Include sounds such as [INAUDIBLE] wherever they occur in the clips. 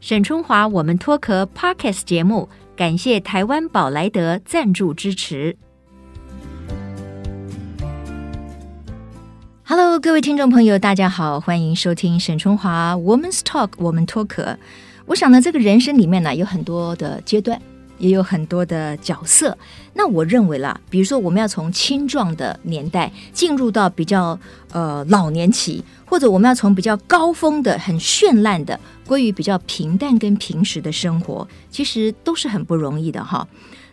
沈春华，我们脱壳 Pockets 节目，感谢台湾宝莱德赞助支持。Hello，各位听众朋友，大家好，欢迎收听沈春华 Woman's Talk，我们脱壳。我想呢，这个人生里面呢，有很多的阶段，也有很多的角色。那我认为啦，比如说我们要从青壮的年代进入到比较呃老年期，或者我们要从比较高峰的、很绚烂的，归于比较平淡跟平时的生活，其实都是很不容易的哈。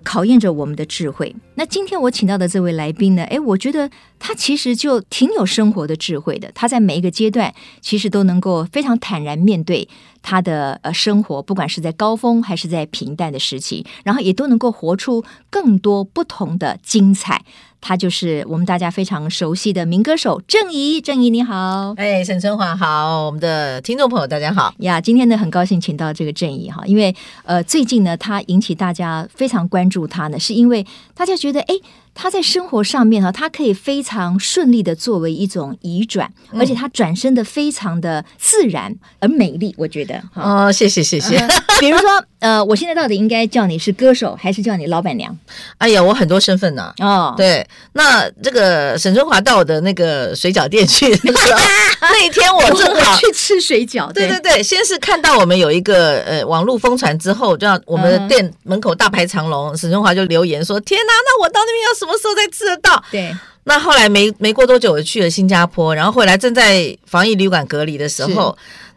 考验着我们的智慧。那今天我请到的这位来宾呢，诶，我觉得他其实就挺有生活的智慧的。他在每一个阶段，其实都能够非常坦然面对他的呃生活，不管是在高峰还是在平淡的时期，然后也都能够活出更多不同的精彩。他就是我们大家非常熟悉的民歌手郑怡，郑怡你好。哎，沈春华好，我们的听众朋友大家好。呀，今天呢很高兴请到这个郑怡哈，因为呃最近呢他引起大家非常关注他呢，是因为大家觉得哎他在生活上面哈，他可以非常顺利的作为一种移转，嗯而且他转身的非常的自然而美丽，我觉得哈。哦，谢谢谢谢。 [LAUGHS] 比如说呃，我现在到底应该叫你是歌手还是叫你老板娘？ [LAUGHS] 哎呀，我很多身份呢、哦，对，那这个沈春华到我的那个水饺店去的时候， [LAUGHS] 那一天我正好我去吃水饺，对对对，先是看到我们有一个呃网络疯传之后，就让我们嗯的店门口大排长龙，沈春华就留言说：“天哪，那我到那边要什么时候才吃得到对，？”那后来没没过多久，我去了新加坡，然后回来正在防疫旅馆隔离的时候。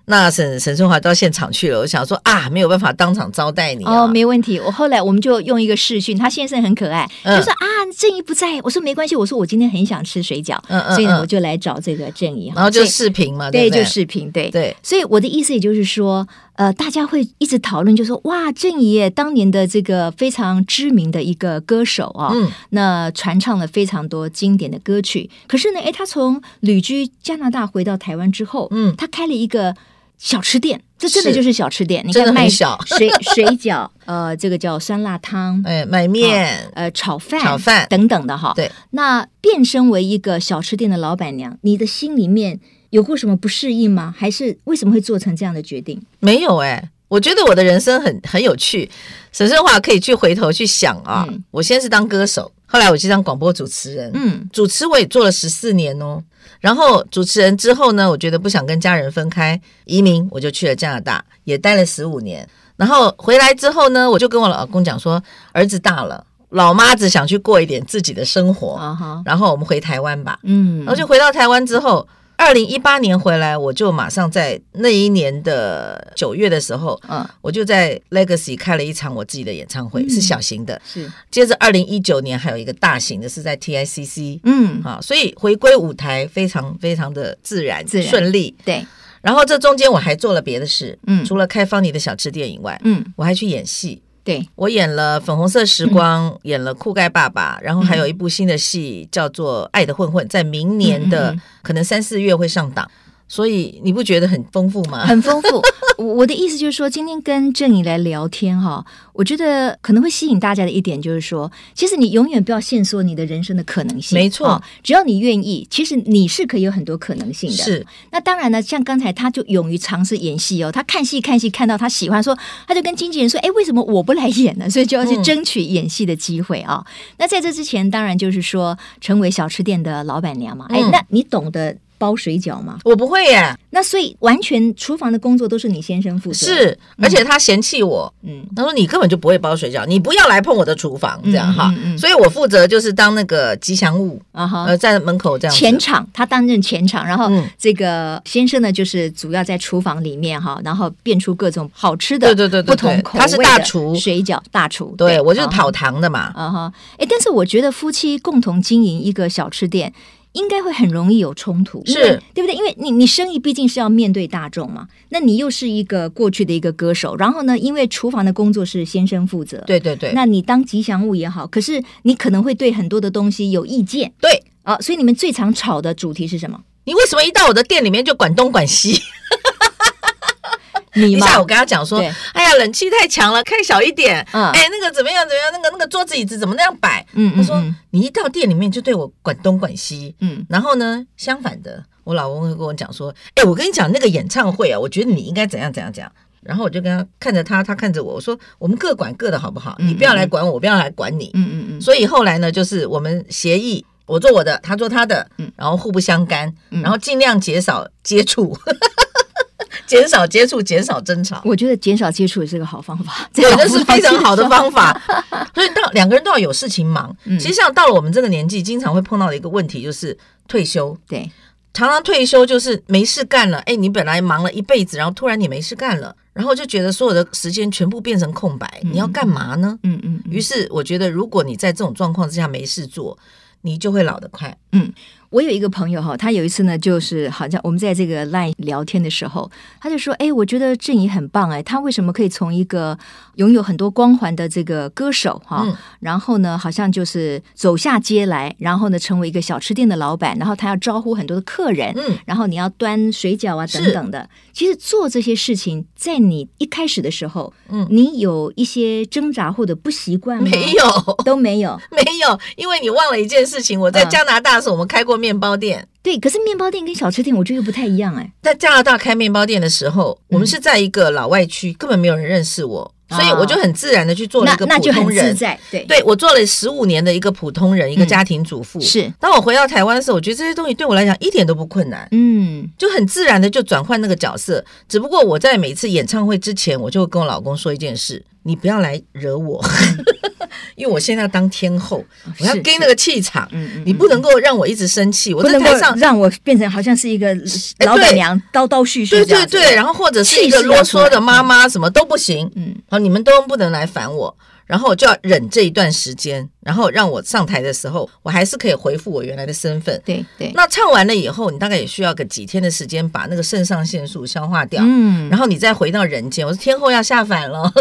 那沈沈春华到现场去了，我想说啊，没有办法当场招待你、啊、哦，没问题。我后来我们就用一个视讯，他先生很可爱，嗯就说啊，正义不在，我说没关系，我说我今天很想吃水饺，嗯嗯所以呢，嗯我就来找这个正义哈，然后就所以视频嘛，对，不对？就视频对。对，所以我的意思也就是说，呃，大家会一直讨论，就说哇，郑怡耶当年的这个非常知名的一个歌手啊、嗯，那传唱了非常多经典的歌曲。可是呢，诶，他从旅居加拿大回到台湾之后，嗯他开了一个小吃店，这真的是就是小吃店，你真看的卖很小水水饺， [LAUGHS] 呃，这个叫酸辣汤，哎，买面，呃，炒饭、炒饭等等的哈。对，那变身为一个小吃店的老板娘，你的心里面有过什么不适应吗？还是为什么会做成这样的决定？没有哎、我觉得我的人生很很有趣。沈春华可以去回头去想啊，嗯我先是当歌手，后来我去当广播主持人，嗯主持我也做了十四年哦。然后主持人之后呢，我觉得不想跟家人分开，移民我就去了加拿大，也待了十五年。然后回来之后呢，我就跟我老公讲说，儿子大了，老妈子想去过一点自己的生活，啊哈，然后我们回台湾吧。嗯，然后就回到台湾之后，二零一八年回来，我就马上在那一年的九月的时候，嗯我就在 Legacy 开了一场我自己的演唱会，嗯是小型的。是接着二零一九年还有一个大型的，是在 TICC。嗯啊，所以回归舞台非常非常的自然自然顺利。对然后这中间我还做了别的事，嗯除了开方你的小吃店以外，嗯我还去演戏。对我演了《粉红色时光》嗯演了《酷盖爸爸》，然后还有一部新的戏叫做《爱的混混》，在明年嗯嗯的嗯可能三四月会上档，所以你不觉得很丰富 [LAUGHS] 吗？很丰富。我我的意思就是说，今天跟郑怡来聊天哈，我觉得可能会吸引大家的一点就是说，其实你永远不要限缩你的人生的可能性。没错啊只要你愿意，其实你是可以有很多可能性的。是，那当然呢，像刚才他就勇于尝试演戏哦，他看戏看戏看到他喜欢说，他就跟经纪人说，哎，为什么我不来演呢？所以就要去嗯争取演戏的机会啊、那在这之前，当然就是说成为小吃店的老板娘嘛。哎、嗯那你懂得包水饺吗？我不会耶，那所以完全厨房的工作都是你先生负责。，是，而且他嫌弃我，嗯，他说你根本就不会包水饺，你不要来碰我的厨房，这样哈。嗯嗯嗯所以我负责就是当那个吉祥物，啊哈。呃，在门口这样子前场，他担任前场，然后嗯这个先生呢，就是主要在厨房里面哈，然后变出各种好吃的，对对对对不同对口味他是大的厨水饺大厨，对我就是啊哈跑堂的嘛。啊哈，哎，但是我觉得夫妻共同经营一个小吃店，应该会很容易有冲突，因为是对不对？因为你你生意毕竟是要面对大众嘛，那你又是一个过去的一个歌手，然后呢，因为厨房的工作是先生负责，，对对对，那你当吉祥物也好，可是你可能会对很多的东西有意见对啊，所以你们最常吵的主题是什么？你为什么一到我的店里面就管东管西？你一嘛，下我跟他讲说对，哎呀，冷气太强了，开小一点。嗯哎，那个怎么样？怎么样？那个那个桌子椅子怎么那样摆？嗯他说嗯你一到店里面就对我管东管西。嗯，然后呢，相反的，我老公会跟我讲说，哎，我跟你讲那个演唱会啊，我觉得你应该怎样怎样怎样。然后我就跟他看着他，他看着我，我说我们各管各的好不好？你不要来管我，我不要来管你。嗯嗯嗯，所以后来呢，就是我们协议，我做我的，他做他的嗯，然后互不相干，嗯然后尽量减少接触， [LAUGHS] 减少接触，减少争吵。我觉得减少接触也是个好方法，对， [LAUGHS] 这是非常好的方法。 [LAUGHS] 所以到两个人都要有事情忙。嗯其实像到了我们这个年纪，经常会碰到的一个问题就是退休。对，常常退休就是没事干了，哎，你本来忙了一辈子，然后突然你没事干了，然后就觉得所有的时间全部变成空白，你要干嘛呢？嗯嗯嗯于是我觉得，如果你在这种状况之下没事做，你就会老得快。我有一个朋友哈，他有一次呢，就是好像我们在这个 LINE 聊天的时候，他就说：“哎，我觉得郑怡很棒哎，他为什么可以从一个拥有很多光环的这个歌手哈，嗯然后呢，好像就是走下街来，然后呢，成为一个小吃店的老板，然后他要招呼很多的客人，嗯，然后你要端水饺啊是等等的。其实做这些事情，在你一开始的时候，嗯你有一些挣扎或者不习惯吗？没，有，都没有。没有，因为你忘了一件事情。我在嗯加拿大的时候，我们开过面包店。对，可是面包店跟小吃店，我觉得又不太一样哎。在加拿大开面包店的时候，嗯我们是在一个老外区，根本没有人认识我，所以哦我就很自然的去做了那一个那普就很通自人。在，对对我做了十五年的一个普通人，一个家庭主妇。是，当我回到台湾的时候，我觉得这些东西对我来讲一点都不困难，嗯就很自然的就转换那个角色。只不过我在每次演唱会之前，我就会跟我老公说一件事：你不要来 [LAUGHS] 惹我，因为我现在要当天后，我要哦是跟那个气场，嗯嗯，你不能够让我一直生气。我不在能够台上。让我变成好像是一个哎老板对娘叨叨絮絮这对对样子对，，然后或者是气一个势啰要出来嗦的妈妈，什么都不行。嗯好，你们都不能来烦我，然后我就要忍这一段时间，然后让我上台的时候，我还是可以回复我原来的身份。对对，那唱完了以后，你大概也需要个几天的时间把那个肾上腺素消化掉，嗯，然后你再回到人间。我说天后要下凡了，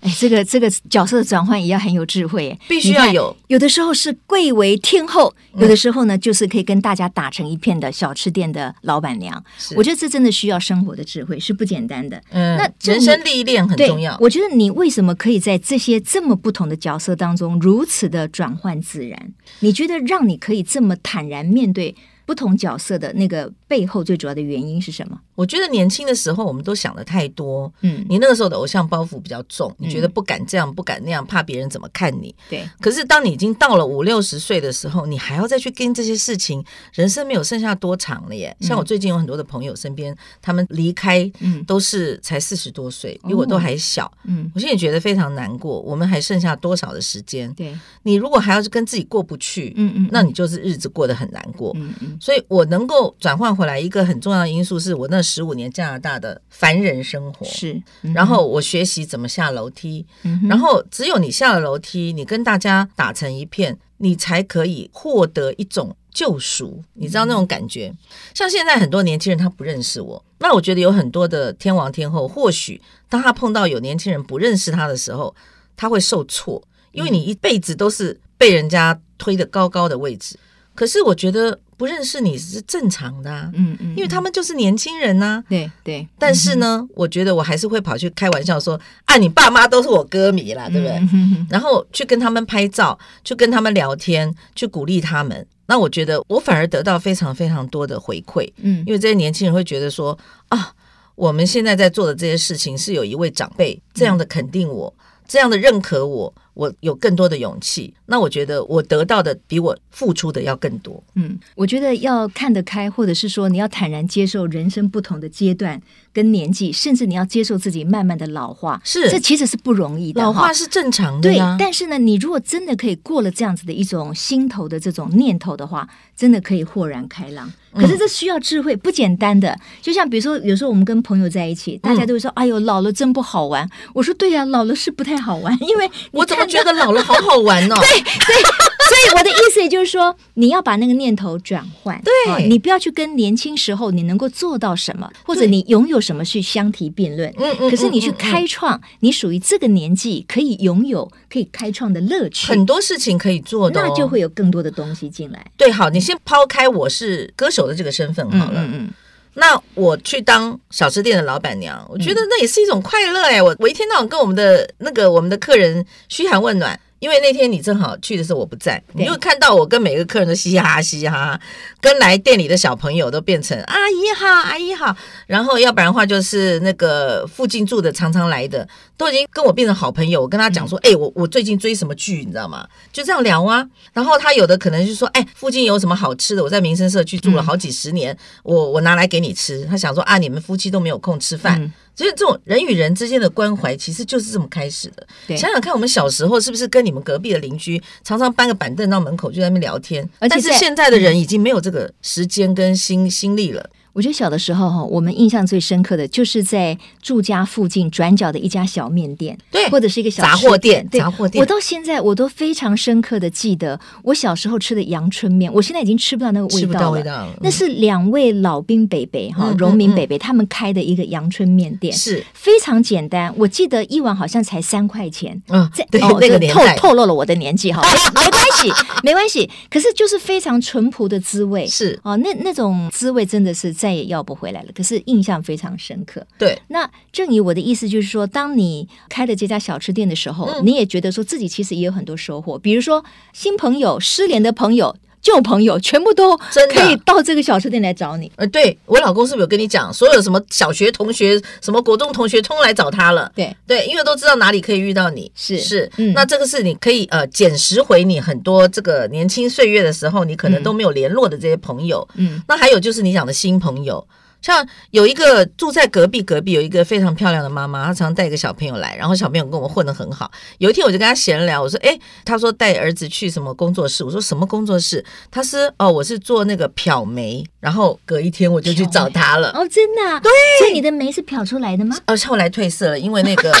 哎，这个这个角色的转换也要很有智慧耶，必须你要看。有。嗯有的时候是贵为天后，有的时候呢，就是可以跟大家打成一片的小吃店的老板娘。是我觉得这真的需要生活的智慧，是不简单的。嗯，那这人生历练很对重要。我觉得你为什么可以在这些这么不同的角色当中如此的转换自然？你觉得让你可以这么坦然面对不同角色的那个背后最主要的原因是什么？我觉得年轻的时候我们都想的太多，嗯，你那个时候的偶像包袱比较重，你觉得嗯不敢这样，不敢那样，怕别人怎么看你。对，可是当你已经到了五六十岁的时候，你还要再去跟这些事情，人生没有剩下多长了耶。像我最近有很多的朋友身边，他们离开嗯都是才四十多岁，哦比我都还小。嗯，我现在觉得非常难过，我们还剩下多少的时间？对，你如果还要是跟自己过不去，嗯嗯，那你就是日子过得很难过。嗯嗯所以我能够转换回来，一个很重要的因素是我那十五年加拿大的凡人生活，是，然后我学习怎么下楼梯，嗯哼然后只有你下了楼梯，你跟大家打成一片，你才可以获得一种救赎，你知道那种感觉。嗯像现在很多年轻人他不认识我，那我觉得有很多的天王天后，或许当他碰到有年轻人不认识他的时候，他会受挫，因为你一辈子都是被人家推得高高的位置。可是我觉得不认识你是正常的、啊，嗯嗯，因为他们就是年轻人啊呐、对对，但是呢，我觉得我还是会跑去开玩笑说：“啊，你爸妈都是我歌迷啦，对不对？”嗯哼哼然后去跟他们拍照，去跟他们聊天，去鼓励他们。那我觉得我反而得到非常非常多的回馈，嗯因为这些年轻人会觉得说啊，我们现在在做的这些事情是有一位长辈这样的肯定我，这样的认可我，我有更多的勇气。那我觉得我得到的比我付出的要更多。嗯，我觉得要看得开，或者是说你要坦然接受人生不同的阶段跟年纪，甚至你要接受自己慢慢的老化，是这其实是不容易的老哈化是正常的对呀，，但是呢，你如果真的可以过了这样子的一种心头的这种念头的话，真的可以豁然开朗。嗯可是这需要智慧，不简单的。就像比如说，有时候我们跟朋友在一起，大嗯家都会说：“哎呦，老了真不好玩。”我说：“对呀、老了是不太好 [LAUGHS] 玩，因为你我怎么看觉得老了好好 [LAUGHS] 玩哦？ [LAUGHS] 所以我的意思也就是说，你要把那个念头转换，对哦你不要去跟年轻时候你能够做到什么，或者对你拥有什么去相提并论。嗯嗯可是你去嗯嗯嗯开创你属于这个年纪可以拥有、可以开创的乐趣，很多事情可以做的、哦，那就会有更多的东西进来。对。好，你先抛开我是歌手的这个身份好了。嗯，那我去当小吃店的老板嗯娘，我觉得那也是一种快乐哎、我我一天到晚跟我们的那个我们的客人嘘寒问暖，因为那天你正好去的时候我不在，对你就看到我跟每个客人都嘻嘻哈哈嘻嘻哈哈，跟来店里的小朋友都变成阿姨好阿姨好，然后要不然的话就是那个附近住的常常来的都已经跟我变成好朋友，我跟他讲说，哎、我我最近追什么剧，你知道吗？就这样聊啊。然后他有的可能就说，哎、附近有什么好吃的？我在民生社区住了好几十年，我我拿来给你吃。他想说啊，你们夫妻都没有空吃饭，嗯所以这种人与人之间的关怀，其实就是这么开始的。对想想看，我们小时候是不是跟你们隔壁的邻居常常搬个板凳到门口就在那边聊天？而且但是在现在的人已经没有这个时间跟心心力了。我觉得小的时候哈，我们印象最深刻的就是在住家附近转角的一家小面店，对或者是一个小杂吃货店对杂货店我到现在我都非常深刻的记得我小时候吃的阳春面，我现在已经吃不到那个嗯味吃道不了。到味道了，那是两位老兵北北哈嗯，荣民嗯北北他们开的一个阳春面店，是非常简单。我记得一碗好像才三块钱，嗯在，对、哦， [LAUGHS] 那这个年代透透露了我的年纪哈， [LAUGHS] 没没关系，没关系。可是就是非常淳朴的滋味，是哦，那那种滋味真的是再也要不回来了。可是印象非常深刻。对那正怡，我的意思就是说，当你开了这家小吃店的时候，嗯你也觉得说自己其实也有很多收获，比如说新朋友、失联的朋友、旧朋友，全部都真的可以到这个小吃店来找你。呃，对我老公是不是有跟你讲，所有什么小学同学、什么国中同学，通来找他了。对，对，因为都知道哪里可以遇到你，是是，嗯那这个是你可以呃捡拾回你很多这个年轻岁月的时候，你可能都没有联络的这些朋友。嗯，那还有就是你讲的新朋友，像有一个住在隔壁，隔壁有一个非常漂亮的妈妈，她常带一个小朋友来，然后小朋友跟我们混得很好。有一天我就跟她闲聊，我说：“哎，她说带儿子去什么工作室？”我说：“什么工作室？”她是哦，我是做那个漂眉。然后隔一天我就去找她了。 [LAUGHS] 哦，真的、对，所以你的眉是漂出来的吗？呃，后来褪色了，因为 [LAUGHS] 那个，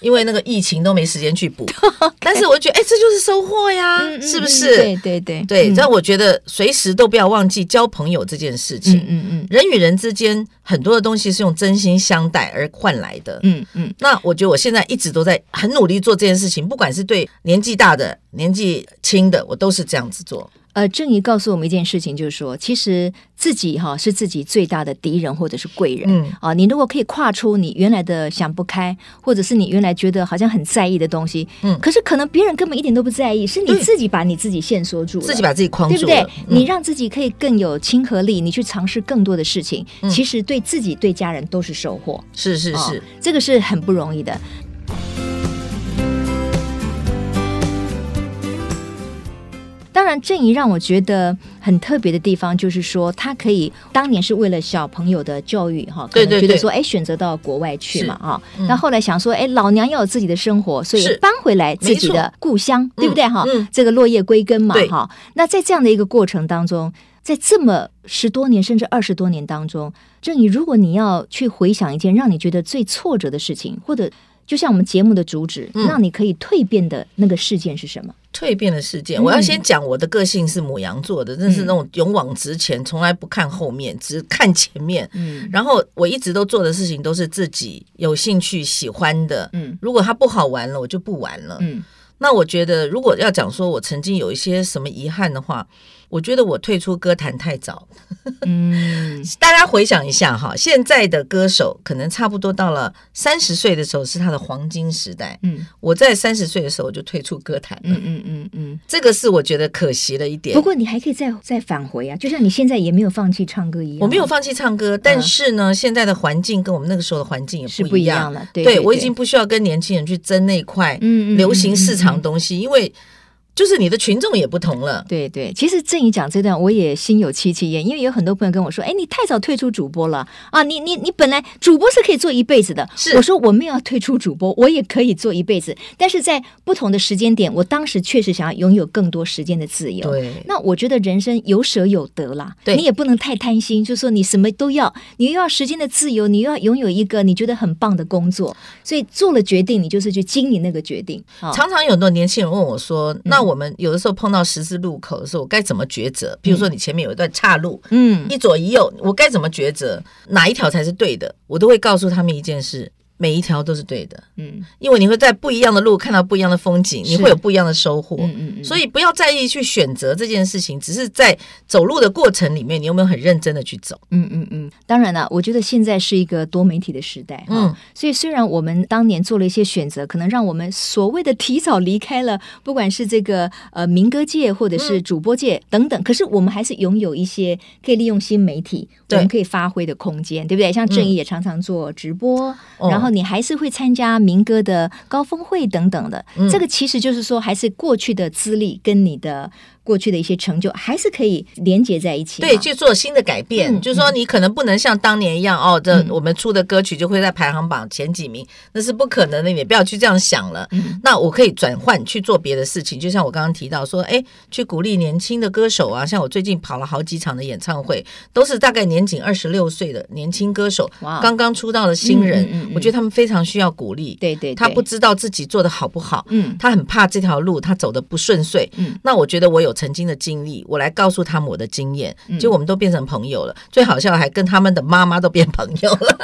因为那个疫情都没时间去补。但是我觉得，哎、这就是收获呀，嗯嗯是不嗯是？对对对对，嗯但我觉得随时都不要忘记交朋友这件事情。嗯嗯嗯人与人之间很多的东西是用真心相待而换来的。嗯嗯，那我觉得我现在一直都在很努力做这件事情，不管是对年纪大的、年纪轻的，我都是这样子做。呃，郑怡告诉我们一件事情，就是说，其实自己哈、是自己最大的敌人或者是贵人。嗯啊，你如果可以跨出你原来的想不开，或者是你原来觉得好像很在意的东西，嗯可是可能别人根本一点都不在意，是你对自己把你自己限缩住了，自己把自己框对不住对了，？嗯你让自己可以更有亲和力，你去尝试更多的事情，嗯其实对自己、对家人都是收获。是是哦是。这个是很不容易的。当然，郑怡让我觉得很特别的地方，就是说他可以当年是为了小朋友的教育哈，可对能对觉得对说哎选择到国外去是嗯嘛啊，那、后来想说哎老娘要有自己的生活，所以是搬回来自没己错的故乡，对不对哈？嗯这个落叶归根嘛对哈。那在这样的一个过程当中，在这么十多年甚至二十多年当中，郑怡，如果你要去回想一件让你觉得最挫折的事情，或者就像我们节目的主旨，嗯让你可以蜕变的那个事件是什么？蜕变的事件，嗯我要先讲我的个性是母羊座的，真是那种勇往直前，从来不看后面，只看前面。嗯然后我一直都做的事情都是自己有兴趣、喜欢的。嗯如果它不好玩了，我就不玩了。嗯那我觉得，如果要讲说我曾经有一些什么遗憾的话，我觉得我退出歌坛太早。嗯，大家回想一下哈，现在的歌手可能差不多到了三十岁的时候是他的黄金时代。嗯我在三十岁的时候我就退出歌坛了，嗯嗯嗯嗯。这个是我觉得可惜的一点。不过你还可以再再返回啊，就像你现在也没有放弃唱歌一样。啊我没有放弃唱歌，但是呢，现在的环境跟我们那个时候的环境也嗯是不不一一样。样了，对对对我已经不需要跟年轻人去争那块嗯嗯嗯流行嗯市嗯场东西，因为就是你的群众也不同了。对对，其实正怡讲这段，我也心有戚戚焉，因为有很多朋友跟我说：“哎，你太早退出主播了啊！你你你本来主播是可以做一辈子的。”是我说我没有要退出主播，我也可以做一辈子，但是在不同的时间点，我当时确实想要拥有更多时间的自由。对，那我觉得人生有舍有得啦，对你也不能太贪心，就说你什么都要，你又要时间的自由，你又要拥有一个你觉得很棒的工作，所以做了决定，你就是去经营那个决定。啊嗯常常有很多年轻人问我说：“那我们有的时候碰到十字路口的时候，我该怎么抉择？比如说你前面有一段岔路，嗯一左一右，我该怎么抉择？哪一条才是对的？”我都会告诉他们一件事：每一条都是对的，嗯因为你会在不一样的路看到不一样的风景，你是会有不一样的收获。嗯嗯嗯，所以不要在意去选择这件事情，只是在走路的过程里面，你有没有很认真的去走？嗯嗯嗯，当然了，我觉得现在是一个多媒体的时代，哈、嗯所以虽然我们当年做了一些选择，可能让我们所谓的提早离开了，不管是这个呃民歌界或者是嗯主播界等等，可是我们还是拥有一些可以利用新媒体，我对们可以发挥的空间，对不对？像正义也常常做直播，嗯哦然后你还是会参加民歌的高峰会等等的，嗯这个其实就是说，还是过去的资历跟你的过去的一些成就，还是可以连接在一起嘛，对，去做新的改变，嗯就是说你可能不能像当年一样哦，这嗯我们出的歌曲就会在排行榜前几名，那是不可能的，你也不要去这样想了。嗯那我可以转换去做别的事情，就像我刚刚提到说，哎，去鼓励年轻的歌手啊，像我最近跑了好几场的演唱会，都是大概年仅二十六岁的年轻歌手，哇刚刚出道的新人，嗯嗯嗯嗯我觉得他们非常需要鼓励。对对，他对不知道自己做的好不好，嗯他很怕这条路他走的不顺遂。嗯那我觉得我有曾经的经历，我来告诉他们我的经验，嗯结果我们都变成朋友了。最好笑的还跟他们的妈妈都变朋友了。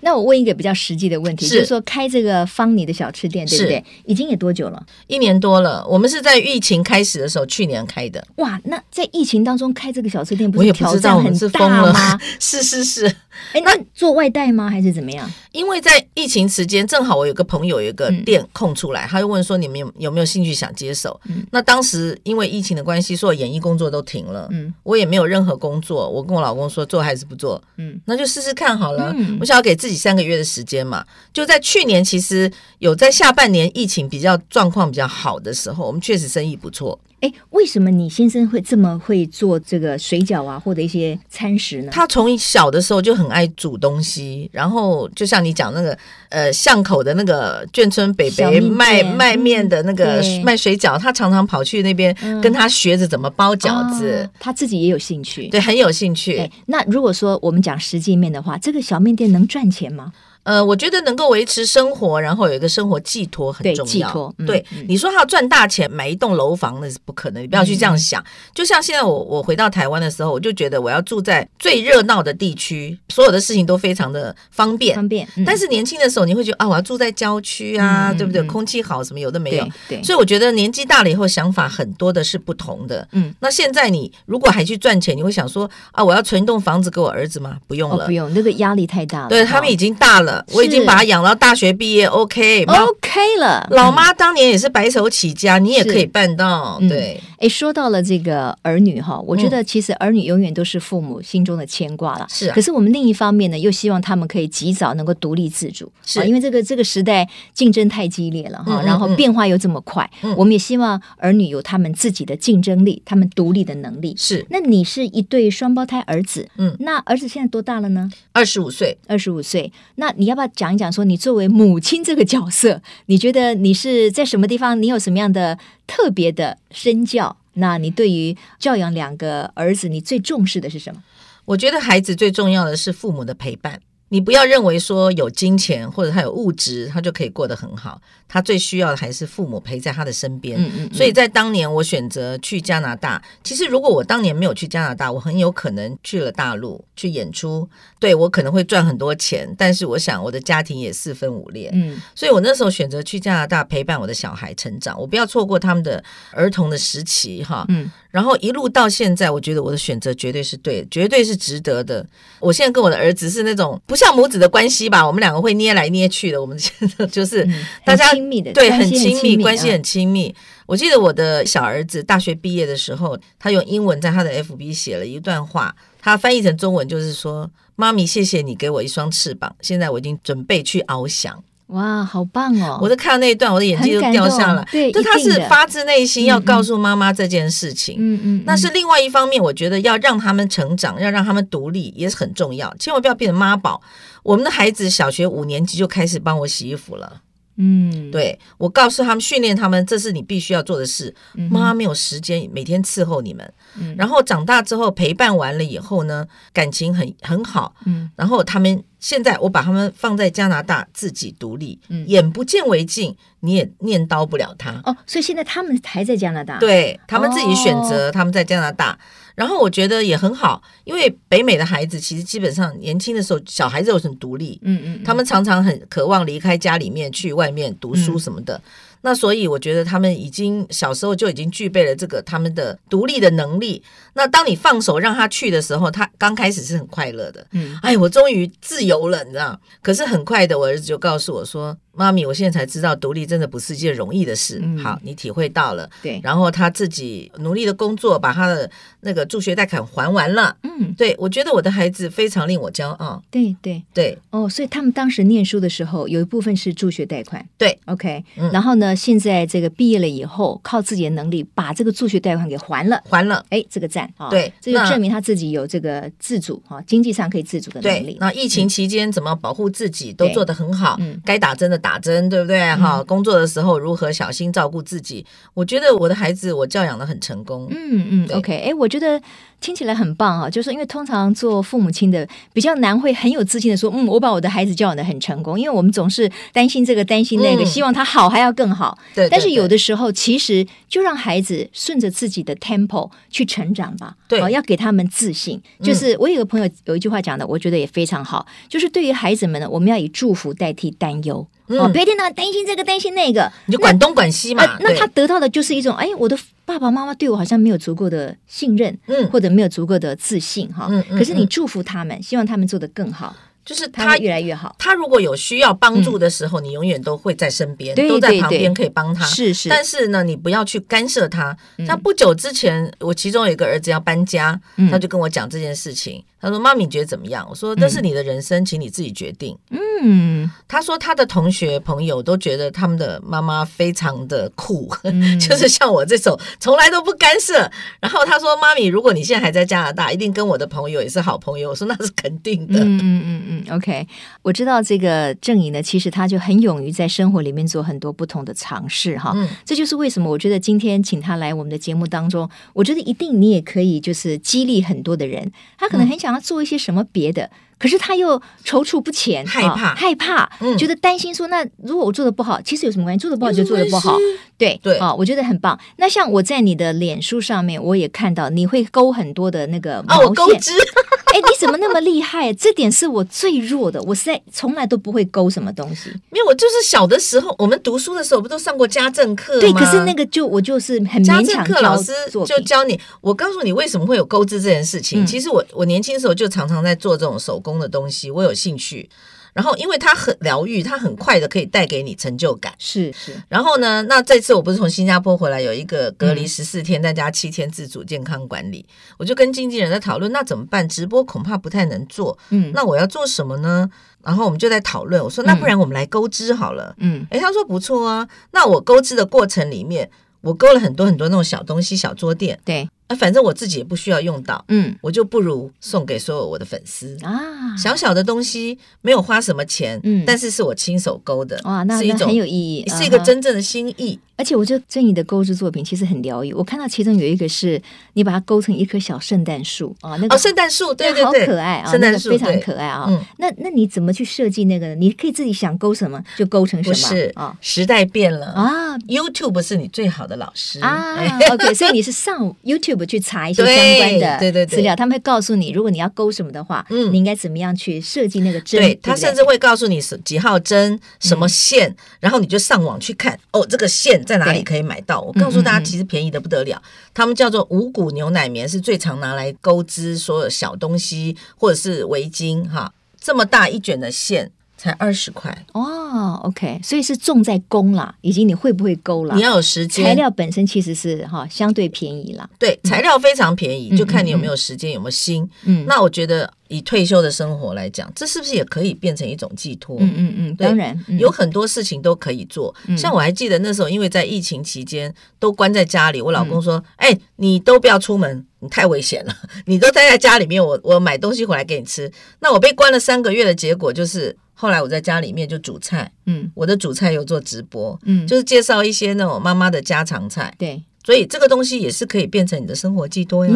那我问一个比较实际的问题，是就是说开这个芳妮的小吃店，对不对？已经也多久了？一年多了，我们是在疫情开始的时候，去年开的。哇，那在疫情当中开这个小吃店，不我是也不挑知道战我们很是大疯了吗？，是是是， [LAUGHS] 哎，那做外带吗？还是怎么样？因为在疫情时间，正好我有个朋友有一个嗯店空出来，他就问说你们有有没有兴趣想接手？嗯那当时因为疫情的关系，所有演艺工作都停了，嗯我也没有任何工作，我跟我老公说做还是不做，嗯那就试试看好了。嗯我想要给自己三个月的时间嘛，就在去年，其实有在下半年疫情比较状况比较好的时候，我们确实生意不错。哎，为什么你先生会这么会做这个水饺啊，或者一些餐食呢？他从小的时候就很爱煮东西，然后就像你讲那个呃巷口的那个眷村北小北面卖店卖面的那个嗯对卖水饺，他常常跑去那边嗯跟他学着怎么包饺子哦，他自己也有兴趣。对，很有兴趣。哎，那如果说我们讲实际面的话，这个小面店能赚钱吗？呃，我觉得能够维持生活，然后有一个生活寄托很对重要。寄托嗯对嗯你说他要赚大钱买一栋楼房，那是不可能，你不要去这样想。嗯就像现在我我回到台湾的时候，我就觉得我要住在最热闹的地区，所有的事情都非常的方便。方便，嗯但是年轻的时候，你会觉得啊，我要住在郊区啊，嗯嗯对不对？嗯空气好，什么有的没有对。对，所以我觉得年纪大了以后，想法很多的是不同的。嗯，那现在你如果还去赚钱，你会想说啊，我要存一栋房子给我儿子吗？不用哦了，不用，那个压力太大了。对他们哦已经大了，我已经是把他养到大学毕业，OK 妈。哦 OK 了，老妈当年也是白手起家，你也是可以办到，嗯对，哎，说到了这个儿女哈，我觉得其实儿女永远都是父母心中的牵挂了。嗯是啊可是我们另一方面呢，又希望他们可以及早能够独立自主，是啊因为这个这个时代竞争太激烈了哈，嗯嗯然后嗯变化又这么快，嗯我们也希望儿女有他们自己的竞争力，他们独立的能力。是那你是一对双胞胎儿子，嗯那儿子现在多大了呢？二十五岁。二十五岁，那你要不要讲一讲说，你作为母亲这个角色， [LAUGHS] 你觉得你是在什么地方，你有什么样的特别的身教？那你对于教养两个儿子，你最重视的是什么？我觉得孩子最重要的是父母的陪伴。你不要认为说有金钱或者他有物质，他就可以过得很好。他最需要的还是父母陪在他的身边。嗯所以在当年我选择去加拿大，其实如果我当年没有去加拿大，我很有可能去了大陆去演出，对我可能会赚很多钱，但是我想我的家庭也四分五裂。嗯所以我那时候选择去加拿大陪伴我的小孩成长，我不要错过他们的儿童的时期哈。嗯然后一路到现在，我觉得我的选择绝对是对的，绝对是值得的。我现在跟我的儿子是那种不像母子的关系吧，我们两个会捏来捏去的，我们现在 [LAUGHS] 就是。嗯，大家很亲密的，对，关很系很亲密，关系啊很亲密。我记得我的小儿子大学毕业的时候，他用英文在他的 FB 写了一段话，他翻译成中文就是说：“妈咪，谢谢你给我一双翅膀，现在我已经准备去翱翔。”哇，好棒哦！我都看到那一段，我的眼睛都掉下很感来动。对就他一定是的发自内心要嗯嗯告诉妈妈这件事情。嗯嗯，那是嗯另外一方面，我觉得要让他们成长，要让他们独立也是很重要，千万不要变成妈宝。我们的孩子小学五年级就开始帮我洗衣服了，嗯，对我告诉他们，训练他们，这是你必须要做的事。嗯妈没有时间每天伺候你们，嗯然后长大之后陪伴完了以后呢，感情很很好，嗯然后他们现在我把他们放在加拿大自己独立，嗯眼不见为净，你也念叨不了他。哦，所以现在他们还在加拿大，，对他们自己选哦择，他们在加拿大。然后我觉得也很好，因为北美的孩子其实基本上年轻的时候，小孩子都很独立，嗯嗯，他们常常很渴望离开家里面去外面读书嗯什么的。那所以我觉得他们已经小时候就已经具备了这个他们的独立的能力。那当你放手让他去的时候，他刚开始是很快乐的。嗯，哎，我终于自由了，你知道？可是很快的，我儿子就告诉我说：“妈咪，我现在才知道独立真的不是一件容易的事。嗯好，你体会到了。对，然后他自己努力的工作，把他的那个助学贷款还完了。嗯，对我觉得我的孩子非常令我骄傲。对对，对哦，所以他们当时念书的时候，有一部分是助学贷款，对，OK，、嗯然后呢，现在这个毕业了以后，靠自己的能力把这个助学贷款给还了。还了。哎，这个赞啊！对这就那证明他自己有这个自主啊，经济上可以自主的能对力，。嗯那疫情期间怎么保护自己都对做得很好嗯，该打针的打针，对不对？哈，工作的时候如何小心照顾自己？我觉得我的孩子我教养的很成功。嗯嗯对，OK，哎，我觉得听起来很棒啊，就是因为通常做父母亲的比较难会很有自信的说，嗯，我把我的孩子教养的很成功，因为我们总是担心这个担心那个，嗯希望他好还要更好。对，但是对有对的时候，其实就让孩子顺着自己的 tempo 去成长吧。对嗯哦，要给他们自信。就是我有个朋友有一句话讲的，我觉得也非常好，就是对于孩子们呢，我们要以祝福代替担忧。哦，嗯不要听他担心这个担心那个，你就管东管西嘛呃。那对他得到的就是一种，哎，我的爸爸妈妈对我好像没有足够的信任，嗯或者没有足够的自信哈。嗯嗯可是你嗯祝福他们，希望他们做得更好，就是他他会越来越好。他如果有需要帮助的时候，你永远都会在身边，对都在对旁对边可以帮他。是是，嗯但是呢，你不要去干涉他。嗯他不久之前，我其中有一个儿子要搬家，嗯他就跟我讲这件事情。他说：“妈咪，你觉得怎么样？”我说：“这是你的人生，请你自己决定。嗯，”他说他的同学朋友都觉得他们的妈妈非常的酷，嗯 [LAUGHS] 就是像我这种从来都不干涉。然后他说：“妈咪，如果你现在还在加拿大，一定跟我的朋友也是好朋友。”我说：“那是肯定的。嗯嗯嗯嗯，OK，我知道这个郑颖呢，其实他就很勇于在生活里面做很多不同的尝试哈。嗯这就是为什么我觉得今天请他来我们的节目当中，我觉得一定你也可以就是激励很多的人，他可能很想要做一些什么别的。可是他又踌躇不前，害啊怕害怕，嗯觉得担心说，那如果我做的不好，其实有什么关系？做的不好就做的不好，对对啊、我觉得很棒。那像我在你的脸书上面，我也看到你会勾很多的那个啊，毛我勾线，知。 [LAUGHS] [LAUGHS] 哎，你怎么那么厉害？啊这点是我最弱的，我实在从来都不会勾什么东西。没有，我就是小的时候，我们读书的时候不都上过家政课吗？对，可是那个就我就是很家勉政强课交老师作就品。教你。我告诉你为什么会有钩织这件事情。嗯其实我我年轻的时候就常常在做这种手工的东西，我有兴趣。然后因为它很疗愈，它很快的可以带给你成就感。是是，然后呢，那这次我不是从新加坡回来，有一个隔嗯离十四天，在家七天自主健康管理，我就跟经纪人在讨论，那怎么办？直播恐怕不太能做，嗯那我要做什么呢？然后我们就在讨论，我说那不然我们来钩织好了。嗯诶，他说不错啊。那我钩织的过程里面，我钩了很多很多那种小东西、小桌垫，对，啊，反正我自己也不需要用到，嗯我就不如送给所有我的粉丝。啊，小小的东西没有花什么钱，嗯但是是我亲手钩的，哇，那是一那种很有意义，是一个啊哈。真正的心意。而且我觉得郑怡的钩织作品其实很疗愈，我看到其中有一个是你把它钩成一棵小圣诞树啊，那个哦，圣诞树，对对好对，可爱啊，圣那诞个树非常对可爱啊嗯。那那你怎么去设计那个呢？你可以自己想钩什么就钩成什不么，是啊时代变了啊，YouTube 是你最好的老师啊 [LAUGHS] 哎，OK，所以你是上 YouTube 去查一些相对关的对对对资料，他们会告诉你，如果你要勾什么的话，嗯你应该怎么样去设计那个针，对不嗯他甚至会告诉你是几号针、什么线，然后你就上网去看哦，这个线在哪里对可以买到？我告诉嗯大嗯家，其实便宜的不得了。他们叫做五谷牛奶棉，是最常拿来钩织所有小东西或者是围巾哈。这么大一卷的线才二十块，哦，OK，所以是重在弓啦，以及你会不会勾啦你。要有时材间，料本身其实是哈相对便宜啦，对材料非常便宜，嗯就看你有嗯嗯没有时间，有没有心。嗯，那我觉得以退休的生活来讲，这是不是也可以变成一种寄托？嗯嗯嗯，对当然嗯有很多事情都可以做。嗯像我还记得那时候，因为在疫情期间都关在家里，嗯我老公说：“哎、你都不要出门，你太危险了， [LAUGHS] 你都待在家里面，我我买东西回来给你吃。”那我被关了三个月的结果就是，后来我在家里面就煮菜，嗯我的煮菜有做直播。嗯，就是介绍一些那种妈妈的家常菜，对所以这个东西也是可以变成你的生活寄托呀。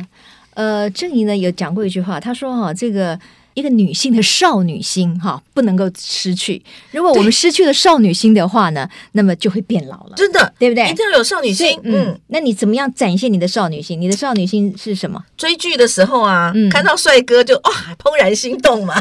，Yeah，呃，郑怡呢有讲过一句话，她说哈、这个一个女性的少女心哈，不能够失去。如果我们失去了少女心的话呢，那么就会变老了，真的对不对一？定要有少女所以心。嗯嗯，，那你怎么样展现你的少女心？你的少女心是什么？追剧的时候啊，嗯看到帅哥就哇、怦然心动嘛，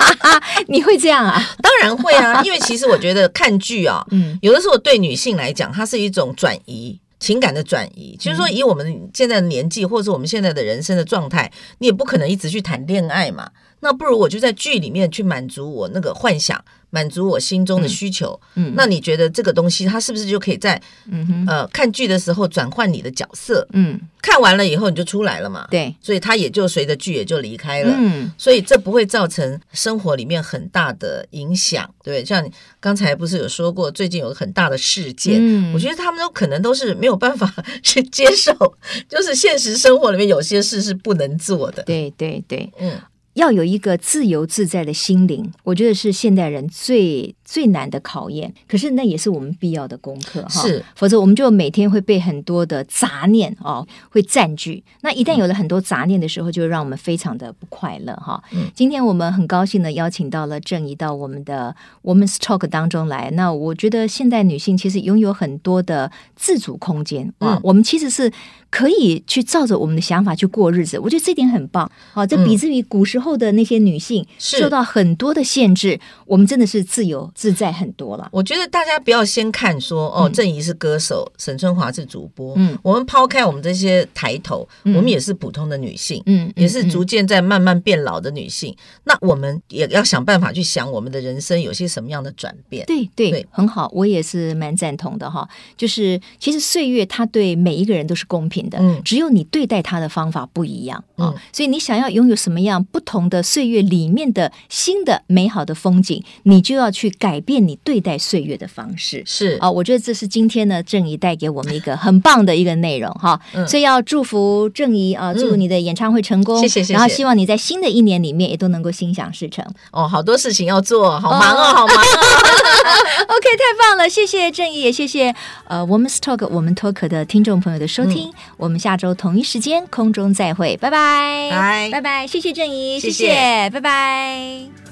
[LAUGHS] 你会这样啊？当然会 [LAUGHS] 啊，因为其实我觉得看剧啊，嗯有的时候对女性来讲，它是一种转移。情感的转移，就是说，以我们现在的年纪，或者是我们现在的人生的状态，你也不可能一直去谈恋爱嘛。那不如我就在剧里面去满足我那个幻想，满足我心中的需求。嗯那你觉得这个东西，它是不是就可以在嗯哼呃看剧的时候转换你的角色？嗯，看完了以后你就出来了嘛。对，所以他也就随着剧也就离开了。嗯所以这不会造成生活里面很大的影响，对，像你刚才不是有说过，最近有个很大的事件，嗯我觉得他们都可能都是没有办法去接受， [LAUGHS] 就是现实生活里面有些事是不能做的，对对对，嗯，要有一个自由自在的心灵，我觉得是现代人最最难的考验。可是那也是我们必要的功课哈，是，否则我们就每天会被很多的杂念哦会占据。那一旦有了很多杂念的时候，就会让我们非常的不快乐哈。嗯今天我们很高兴的邀请到了郑怡到我们的 Women's Talk 当中来。那我觉得现代女性其实拥有很多的自主空间啊，嗯我们其实是可以去照着我们的想法去过日子，我觉得这点很棒。好、这比之于古时候的那些女性、嗯是受到很多的限制，我们真的是自由自在很多了。我觉得大家不要先看说哦，嗯郑怡是歌手，沈春华是主播，嗯我们抛开我们这些抬头，嗯我们也是普通的女性。嗯，也是嗯逐渐在慢慢变老的女性，那我们也要想办法去想我们的人生有些什么样的转变。对对，对很好，我也是蛮赞同的哈。就是其实岁月它对每一个人都是公平的，嗯只有你对待它的方法不一样啊、嗯所以你想要拥有什么样不同的岁月里面的新的美好的风景，你就要去改变你对待岁月的方式。是啊、我觉得这是今天呢郑怡带给我们一个很棒的一个内容哈，嗯所以要祝福郑怡啊，祝你的演唱会成功，谢谢谢谢然后希望你在新的一年里面也都能够心想事成。哦，好多事情要做，好忙哦，哦好忙哦。 [LAUGHS] OK，太棒了，谢谢郑怡，也谢谢呃 Woman's Talk 我们脱壳的听众朋友的收听，我们下周同一时间空中再会，拜拜，拜拜拜，谢谢郑怡，谢谢谢，拜拜。